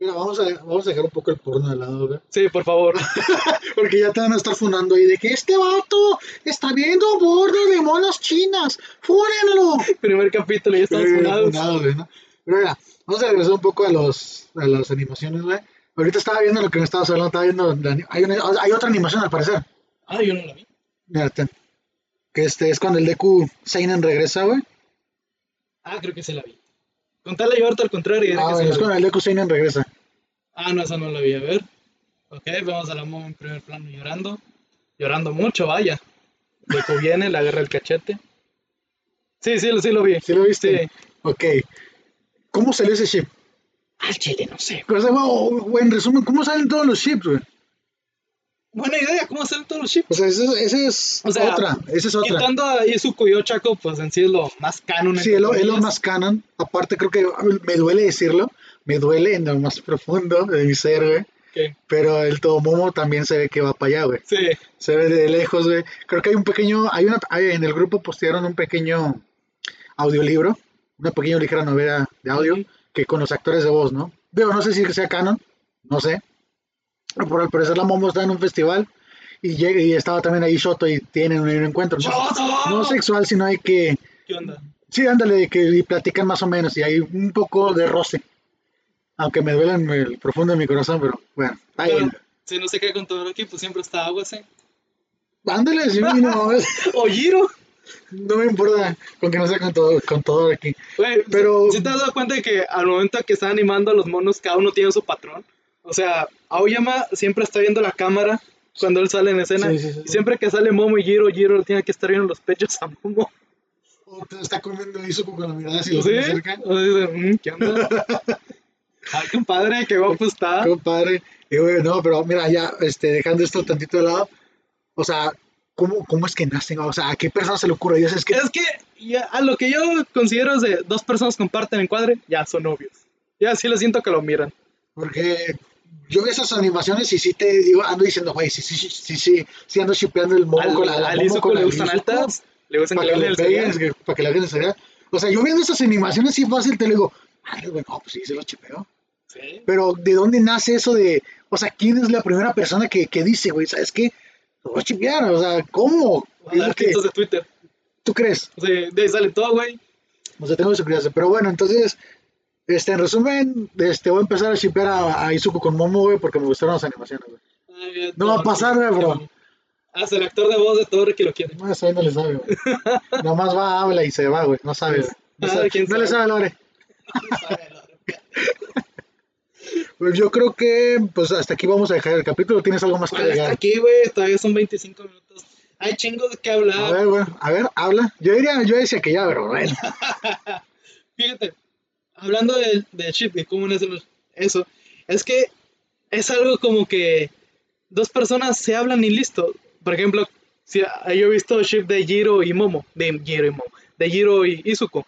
A: Mira, vamos a, vamos a dejar un poco el porno de lado, güey.
B: Sí, por favor.
A: Porque ya te van a estar funando ahí de que este vato está viendo bordo de monas chinas. ¡Fúrenlo!
B: Primer capítulo, ya estamos
A: Sí,
B: funados.
A: funado, güey, ¿no? Pero mira, vamos a regresar un poco a, los, a las animaciones, güey. Ahorita estaba viendo lo que me estabas hablando, estaba viendo. la ani- hay, una- hay otra animación al parecer.
B: Ah, yo no la vi.
A: Mírate. Que este es cuando el Deku Seinen regresa, güey.
B: Ah, creo que se la vi. Contale yo ahorita al contrario. y diré
A: Ah,
B: que
A: bueno,
B: sí
A: es
B: la vi.
A: cuando el Deku Seinen regresa.
B: Ah, no, esa no la vi, a ver. Ok, vemos a la momo en primer plano llorando. Llorando mucho, vaya. Le conviene, le agarra el cachete. Sí, sí, lo- sí lo vi.
A: ¿Sí lo viste?
B: Sí.
A: Ok. ¿Cómo salió ese ship?
B: Al chile, no sé.
A: O sea, güey, güey, en resumen, ¿cómo salen todos los ships, güey?
B: Buena idea, ¿cómo hacer todos los chips?
A: O sea, esa es, esa es
B: O sea,
A: otra. Esa es otra.
B: Quitando a Izuku y Ochako, pues en sí es lo más canon.
A: Sí,
B: entre
A: es lo, es lo
B: comillas.
A: más canon. Aparte, creo que me duele decirlo. Me duele en lo más profundo de mi ser, güey.
B: Ok,
A: Pero el Tomomo también se ve que va para allá, güey.
B: Sí,
A: Se ve de lejos, güey. Creo que hay un pequeño. Hay una, hay- en el grupo postearon un pequeño audiolibro. Una pequeña ligera novela de audio.
B: Ujú.
A: Que con los actores de voz, ¿no? Digo, no sé si sea canon. No sé. Pero por al parecer la Momo está en un festival. Y, llega, y estaba también ahí Shoto y tienen un encuentro. No, no sexual, sino hay que.
B: ¿qué onda?
A: Sí, ándale, que y platican más o menos y hay un poco de roce. Aunque me duele en el profundo de mi corazón, pero bueno. ahí-
B: Pero, si no sé qué con todo aquí, pues siempre está agua, ¿sí?
A: ándale, sí, no,
B: O Giro.
A: no me importa con que no sea con todo, con todo aquí. Pero-
B: Güey, pero... ¿sí te has dado cuenta de que al momento que están animando a los monos, cada uno tiene su patrón? O sea, Aoyama siempre está viendo la cámara cuando él sale en escena.
A: Sí, sí, sí.
B: Y siempre que sale Momo y Giro, Giro tiene que estar viendo los pechos a Momo.
A: O te está comiendo Izuku con la mirada si
B: ¿Sí?
A: lo
B: O
A: tienes
B: sea,
A: cerca.
B: dice, "Mm, ¿Qué onda? Ay, compadre, qué guapo
A: Ah.
B: está.
A: Compadre. Y güey, no, pero mira, ya este, dejando esto tantito de lado. O sea, ¿cómo, cómo es que nacen? O sea, ¿a qué persona se le ocurre? Dios, es que
B: Es que ya, a lo que yo considero es de dos personas comparten encuadre, ya son novios. Ya sí lo siento que lo miran.
A: Porque yo veo esas animaciones y sí te digo, ando diciendo, güey, sí, sí, sí, sí, sí, sí ando shipeando el momo
B: Al,
A: con la, la
B: al
A: momo
B: Izuku
A: con la
B: le gustan
A: Izuku,
B: altas, le gustan que
A: Para que
B: le hablen
A: le
B: el cereal.
A: peguen, para que le hagan el cereal. O sea, yo viendo esas animaciones sí fácil te lo digo, ay, güey, no, pues sí, se lo chipeo.
B: Sí.
A: Pero ¿de dónde nace eso de, o sea, quién es la primera persona que, que dice, güey, ¿sabes qué? Lo voy a chipear, o sea, ¿cómo? Es
B: Voy a
A: lo
B: dar
A: que,
B: tips de Twitter.
A: ¿Tú crees?
B: O sea, de ahí sale todo, güey.
A: O sea, tengo esa curiosidad. Pero bueno, entonces, este, en resumen, este, voy a empezar a shipear a, a Izuku con Momo, güey, porque me gustaron las animaciones, güey.
B: Ay, mira,
A: No va a
B: Eh, todo,
A: pasar,
B: todo.
A: bro.
B: Hasta el actor de voz de Torre que lo quiere.
A: No, eso ahí no le sabe, güey. Nomás va, habla y se va, güey. No sabe, güey. No,
B: Ah,
A: sabe.
B: ¿quién
A: No le
B: sabe?
A: sabe, Lore. Pues yo creo que, pues hasta aquí vamos a dejar el capítulo. ¿Tienes algo más que
B: Bueno, Pues hasta
A: agregar?
B: aquí, güey. Todavía son 25 minutos. Hay chingos de qué
A: A
B: hablar.
A: ver, bueno, a ver, habla. Yo diría, yo decía que ya, pero bueno.
B: Ah, Fíjate, hablando del de chip, de cómo es el- eso, es que es algo como que dos personas se hablan y listo. Por ejemplo, si, ah, yo he visto chip de Jiro y Momo, de Jiro y Momo, de Jiro y Izuku.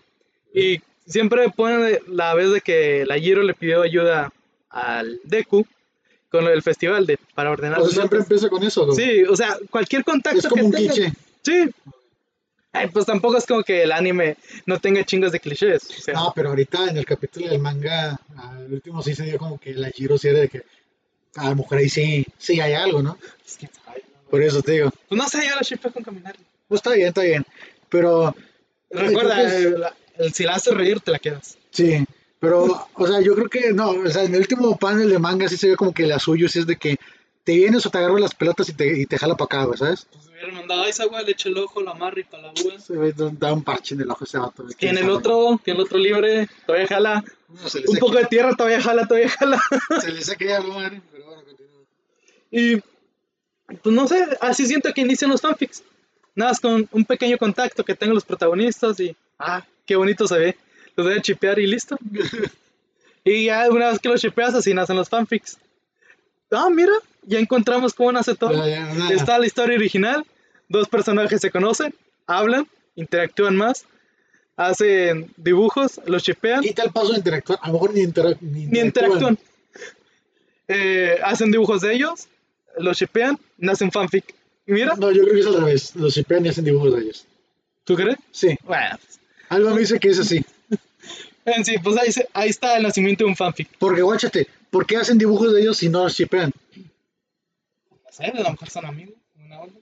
B: Y siempre ponen la vez de que la Jiro le pidió ayuda al Deku con lo del festival de, para ordenar.
A: O sea,
B: sus
A: siempre
B: notas.
A: empiezo con eso, güey.
B: Sí, o sea, cualquier contacto
A: Pues Es como
B: que
A: un quiche.
B: tengan. Sí. Ay, pues tampoco es como que el anime no tenga chingas de clichés. o sea.
A: No, pero ahorita en el capítulo del manga, al último sí se dio como que la Giro sí era de que a la mujer ahí sí, sí hay algo, ¿no?
B: Es que, ay, no.
A: Por eso te digo.
B: Pues no sé, yo la shippeo con caminar.
A: Pues está bien, está bien. Pero
B: Recuerda,
A: Yo creo que es-
B: eh, la- el- si la haces reír, te la quedas.
A: Sí, pero, o sea, yo creo que no, o sea, en el último panel de manga sí se ve como que la suyo sí es de que te vienes o te agarro las pelotas y te, y te jala para acá, güey, ¿sabes?
B: Pues hubieran mandado a esa, güey, le eché el ojo, la amarra y para la güey.
A: Ese güey Da un parche en el ojo ese vato. güey, quién
B: Tiene el
A: sabe.
B: otro, tiene el otro libre, todavía jala.
A: No, se les
B: Un
A: ha
B: poco de tierra, todavía jala, todavía jala.
A: quedado- Se les ha quedado la madre, pero bueno, continúa.
B: Y pues no sé, así siento que inician los fanfics. Nada más con un pequeño contacto que tengan los protagonistas y
A: Ah,
B: qué bonito se ve. Los voy a chipear y listo. y ya una vez que los chipeas, así nacen los fanfics. Ah, mira, ya encontramos cómo nace todo.
A: ya, ya, nada.
B: Está la historia original, dos personajes se conocen, hablan, interactúan más, hacen dibujos, los chipean,
A: Quita el paso de interactuar. A lo mejor ni, intera- ni
B: ni interactúan. Eh, hacen dibujos de ellos, los chipean, nacen fanfic. Y mira,
A: No, yo creo que es al revés. Los shipean y hacen dibujos de ellos.
B: ¿tú crees?
A: Sí.
B: Bueno,
A: Algo me dice que es así.
B: en sí, pues ahí, se- ahí está el nacimiento de un fanfic.
A: Porque, guáchate, ¿por qué hacen dibujos de ellos si no los shipean?
B: No sé, a lo mejor son amigos, una onda.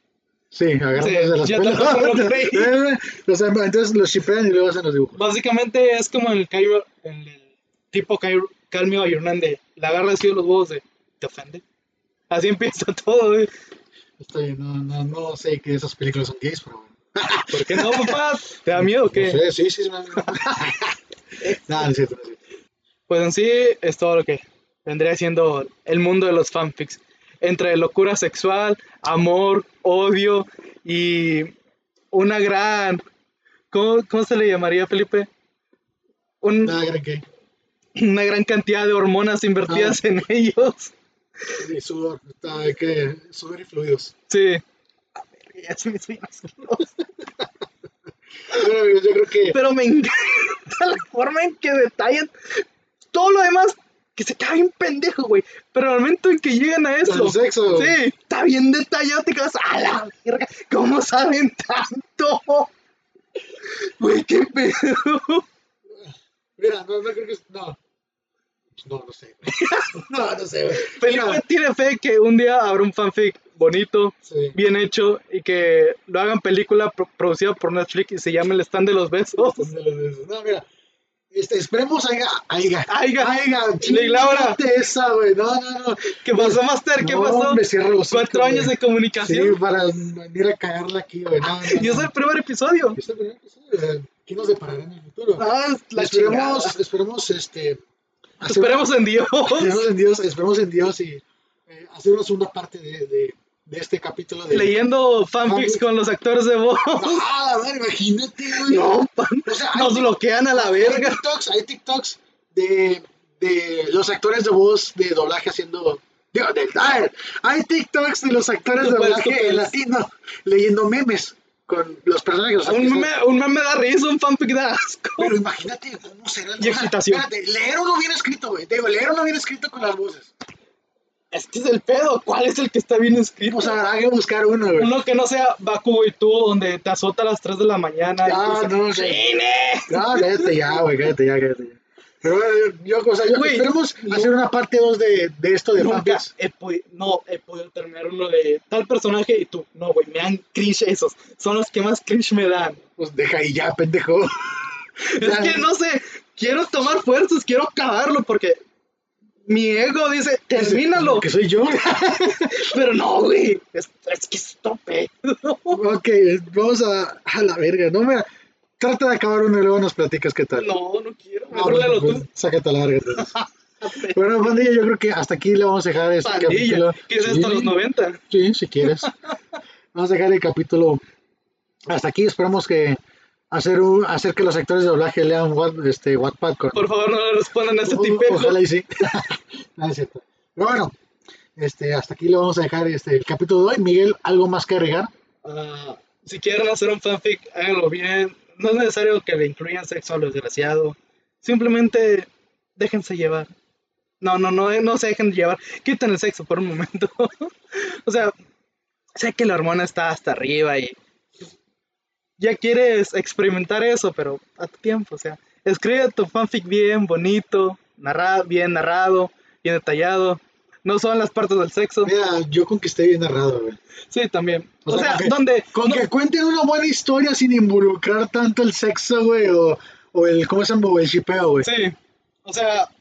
A: Sí, agarran
B: Sí,
A: de las
B: yo tampoco lo creí.
A: pelotas. o sea, entonces los shipean y luego hacen los dibujos.
B: Básicamente es como el, Cairo, el, el tipo Cairo, Calmio Ayurnán de la garra así de los huevos de te ofende. Así empieza todo, güey.
A: Estoy, no, no, no sé que esas películas son gays, pero bueno.
B: ¿Por qué no, papá? ¿Te da miedo o qué?
A: No sé, sí, sí, sí. me- no, no es cierto, no es cierto.
B: Pues en sí es todo lo que vendría siendo el mundo de los fanfics. Entre locura sexual, amor, odio y una gran... ¿Cómo, cómo se le llamaría, Felipe? Un-
A: Nada, gran que.
B: una gran cantidad de hormonas invertidas en ellos.
A: Y sudor, está, hay que sudor y fluidos.
B: Sí. A ver, ya se me suena su voz.
A: Bueno, amigos, yo creo que.
B: Pero me encanta la forma en que detallan todo lo demás. Que se cae un pendejo, güey. Pero al momento en que llegan a eso.
A: Al sexo.
B: Sí, está bien detallado, te quedas a la verga. ¿Cómo saben tanto? Güey, qué pedo.
A: Mira, no, no creo que. es- No. No, no sé. güey. No, no sé, güey.
B: Felipe tiene fe que un día habrá un fanfic bonito,
A: Sí.
B: bien hecho, y que lo hagan película pro- producida por Netflix y se llame El Stand de los Besos.
A: No, mira. Este, esperemos aiga, aiga,
B: Aiga.
A: aiga,
B: Ni Laura.
A: chingate esa, güey, no, no, no.
B: ¿Qué pasó, Master? ¿Qué
A: No,
B: pasó?
A: me cierra los
B: Cuatro
A: ojos,
B: años
A: güey.
B: de comunicación.
A: Sí, para venir a cagarla aquí, güey, no, no, no.
B: Y es el primer episodio.
A: Es el primer episodio, o sea, ¿Qué nos deparará en el futuro?
B: Ah, la
A: esperemos,
B: chingada.
A: esperemos, este... hacer-
B: Esperemos en Dios.
A: esperemos en Dios, esperemos en Dios y eh, hacer una segunda parte de, de, de este capítulo de...
B: Leyendo fanfics con los actores de voz.
A: ¡Ah, la madre, imagínate, güey!
B: No, pan.
A: O sea, hay
B: Nos bloquean a la
A: Hay
B: verga.
A: TikToks, hay TikToks de, de los actores de voz de doblaje haciendo. Digo, de, a ver, hay TikToks de los actores de
B: Pues,
A: doblaje
B: pues.
A: en latino leyendo memes con los personajes. o sea, que
B: Un
A: son-
B: meme, un meme da risa, un fanfic da asco.
A: Pero imagínate cómo será el
B: Y excitación.
A: Espérate, leer uno bien escrito, güey. Te Digo, leer uno bien escrito con las voces.
B: Este es el pedo. ¿Cuál es el que está bien escrito?
A: O sea, habrá que buscar uno, güey.
B: Uno que no sea Bakugo y tú, donde te azota a las 3 de la mañana. y
A: Ah,
B: tú dices,
A: no, sí.
B: "Nene".
A: No, cállate ya, güey, cállate ya, cállate ya. Pero bueno, yo, yo- o sea, yo-
B: Güey,
A: esperemos
B: no.
A: hacer una parte 2 de, de esto de
B: Nunca
A: fanfics.
B: he podido, no he podido terminar uno de tal personaje y tú. No, güey, me dan cringe esos. Son los que más cringe me dan.
A: Pues deja ahí ya, pendejo.
B: Es
A: Ya.
B: que no sé, quiero tomar fuerzas, quiero acabarlo porque mi ego dice, termínalo.
A: Que soy yo.
B: Pero no, güey, es, es que estope.
A: ok, vamos a, a la verga. No, mira, trata de acabar uno y luego nos platicas qué tal.
B: No, no quiero.
A: No,
B: Mejor léelo
A: pues,
B: tú.
A: Sácate a la verga. entonces. bueno, pandilla, yo creo que hasta aquí le vamos a dejar este
B: Pandilla,
A: capítulo.
B: que es
A: Sí,
B: hasta los 90.
A: Sí, si quieres. vamos a dejar el capítulo hasta aquí. Esperamos que hacer, un- hacer que los actores de doblaje lean Wat- este, Wattpad con,
B: Por favor, no le respondan a este
A: O-
B: tipejo.
A: Ojalá y sí. no, es cierto. Pero bueno, este, hasta aquí lo vamos a dejar este, el capítulo de hoy. Miguel, ¿algo más que agregar?
B: Ah, si quieren hacer un fanfic, háganlo bien. No es necesario que le incluyan sexo a lo desgraciado. Simplemente déjense llevar. No, no, no, eh, no se dejen llevar. Quiten el sexo por un momento. o sea, sé que la hormona está hasta arriba y ya quieres experimentar eso, pero a tu tiempo. O sea, escribe tu fanfic bien, bonito, narrado, bien narrado, bien detallado. No son las partes del sexo.
A: Mira, yo con que esté bien narrado, güey.
B: Sí, también.
A: O
B: O,
A: sea,
B: sea,
A: con que-
B: donde
A: Con
B: no-
A: que cuenten una buena historia sin involucrar tanto el sexo, güey, o, o el, ¿cómo se llama? O el shipeo, güey.
B: Sí, o sea,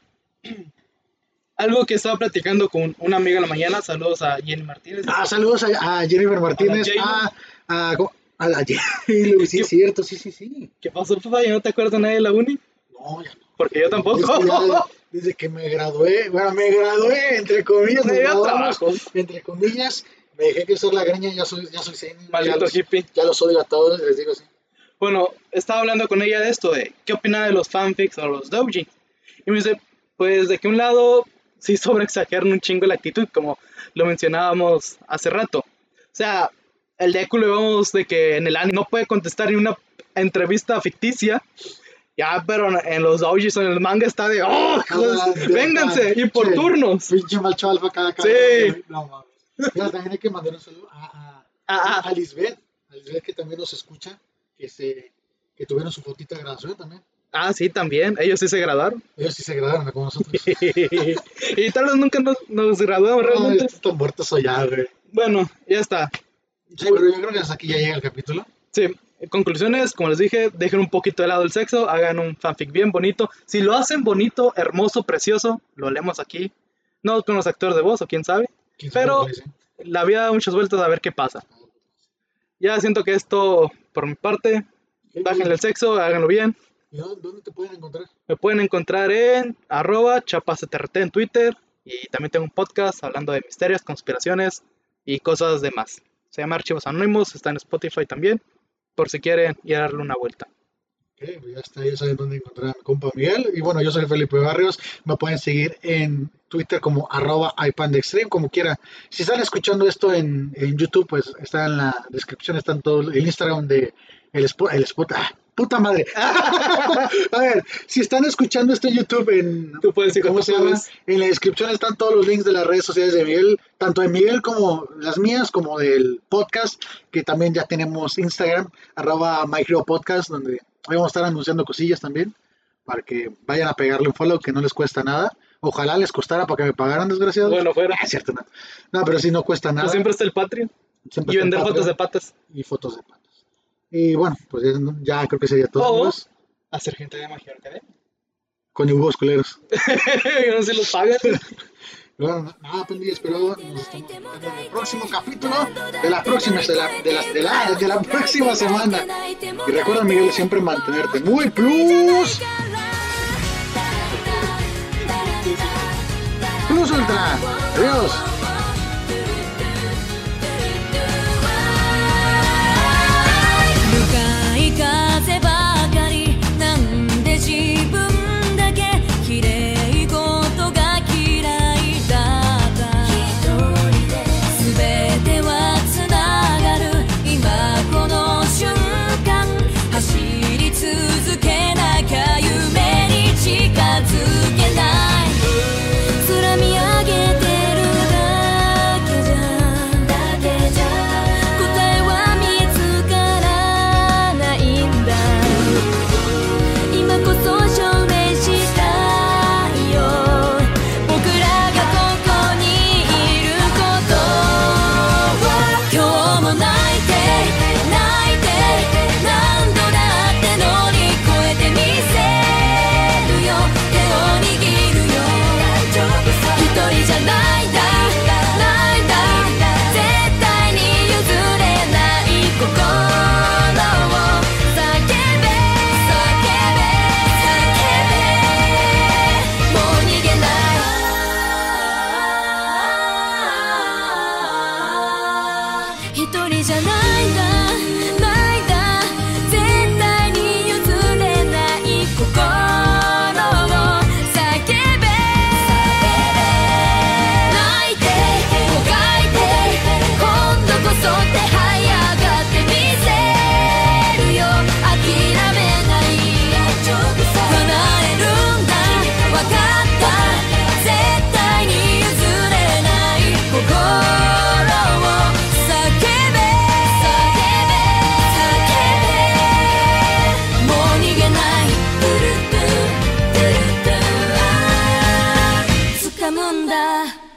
B: Algo que estaba platicando con una amiga en la mañana, saludos a Jenny Martínez.
A: Ah, saludos a, a Jennifer Martínez.
B: J-Lo.
A: A, a, a la J-Lo, sí, es cierto, sí, sí, sí.
B: ¿Qué pasó, papá? ¿Ya no te acuerdas de nadie de la uni?
A: No, ya no.
B: Porque yo tampoco.
A: Es que ya desde que me gradué, bueno, me gradué, entre comillas,
B: Me
A: nos
B: dio
A: graduamos,
B: trabajo.
A: entre comillas, me dejé crecer la greña, ya soy, ya soy zen, ya
B: Maldito
A: los,
B: hippie.
A: ya los odio a todos, les digo así.
B: Bueno, estaba hablando con ella de esto, de qué opinaba de los fanfics o los doujin. Y me dice, pues de que un lado sí sobreexageran un chingo la actitud, como lo mencionábamos hace rato. O sea, el de Ecu lo vemos de que en el anime no puede contestar ni una entrevista ficticia. Ya, pero en- en los doujins o en el manga está de, ¡oh, hijos,
A: Ah, de-
B: vénganse! Y por
A: sí.
B: turnos.
A: Pinche macho alfa cada cada-
B: Sí.
A: No, mames. Mira, también hay que mandar un saludo a, a,
B: Ah,
A: a Lisbeth, a Lisbeth que también nos escucha, que se que tuvieron su fotita de graduación también.
B: ah, sí, también. Ellos sí se graduaron.
A: Ellos sí se graduaron como nosotros.
B: y tal vez nunca nos, nos graduamos
A: No,
B: realmente.
A: están tan muertos allá, güey.
B: Bueno, ya está.
A: Sí, pero yo creo que hasta aquí ya llega el capítulo.
B: Sí, conclusiones, como les dije, dejen un poquito de lado el sexo, hagan un fanfic bien bonito. Si lo hacen bonito, hermoso, precioso, lo leemos aquí. No con los actores de voz o quién sabe.
A: ¿Quién sabe
B: Pero-
A: lo que dice?
B: La vida da muchas vueltas a ver qué pasa. Ya siento que esto, por mi parte, bájenle el sexo, háganlo bien.
A: ¿Y dó- dónde te pueden encontrar?
B: Me pueden encontrar en arroba chapasTRT en Twitter. Y también tengo un podcast hablando de misterios, conspiraciones y cosas demás. Se llama Archivos Anónimos, está en Spotify también, por si quieren ir a darle una vuelta.
A: Ok, pues ya está, ya saben dónde encontrar a mi compa Miguel. Y bueno, yo soy Felipe Barrios. Me pueden seguir en Twitter como arroba iPandextreme, como quiera. Si están escuchando esto en, en YouTube, pues está en la descripción, está en todo el Instagram de el spot, el spot. ¡ah! ¡Puta madre! a ver, si están escuchando esto en YouTube, en,
B: Tú puedes ir
A: ¿cómo
B: tú
A: se llama?
B: puedes.
A: En la descripción están todos los links de las redes sociales de Miguel, tanto de Miguel como las mías, como del podcast, que también ya tenemos Instagram, arroba micropodcast, donde vamos a estar anunciando cosillas también, para que vayan a pegarle un follow que no les cuesta nada. Ojalá les costara para que me pagaran, desgraciados.
B: Bueno, fuera.
A: Ah, es cierto, no. No, pero sí no cuesta nada.
B: Pues siempre está el Patreon.
A: Siempre
B: Y
A: está en
B: vender fotos de
A: Patreon
B: patas.
A: y fotos de patas. Y bueno, pues ya, ya creo que sería todo.
B: Oh.
A: amigos.
B: Hacer gente de magia
A: ¿eh?
B: arcade.
A: Con dibujos culeros.
B: Yo no sé si los pagan.
A: Bueno, nada, pues mi espero nos estamos viendo en el próximo capítulo de la próxima, de la, de la, de la, de la próxima semana. Y recuerda, Miguel, siempre mantenerte muy plus, plus ultra. Adiós.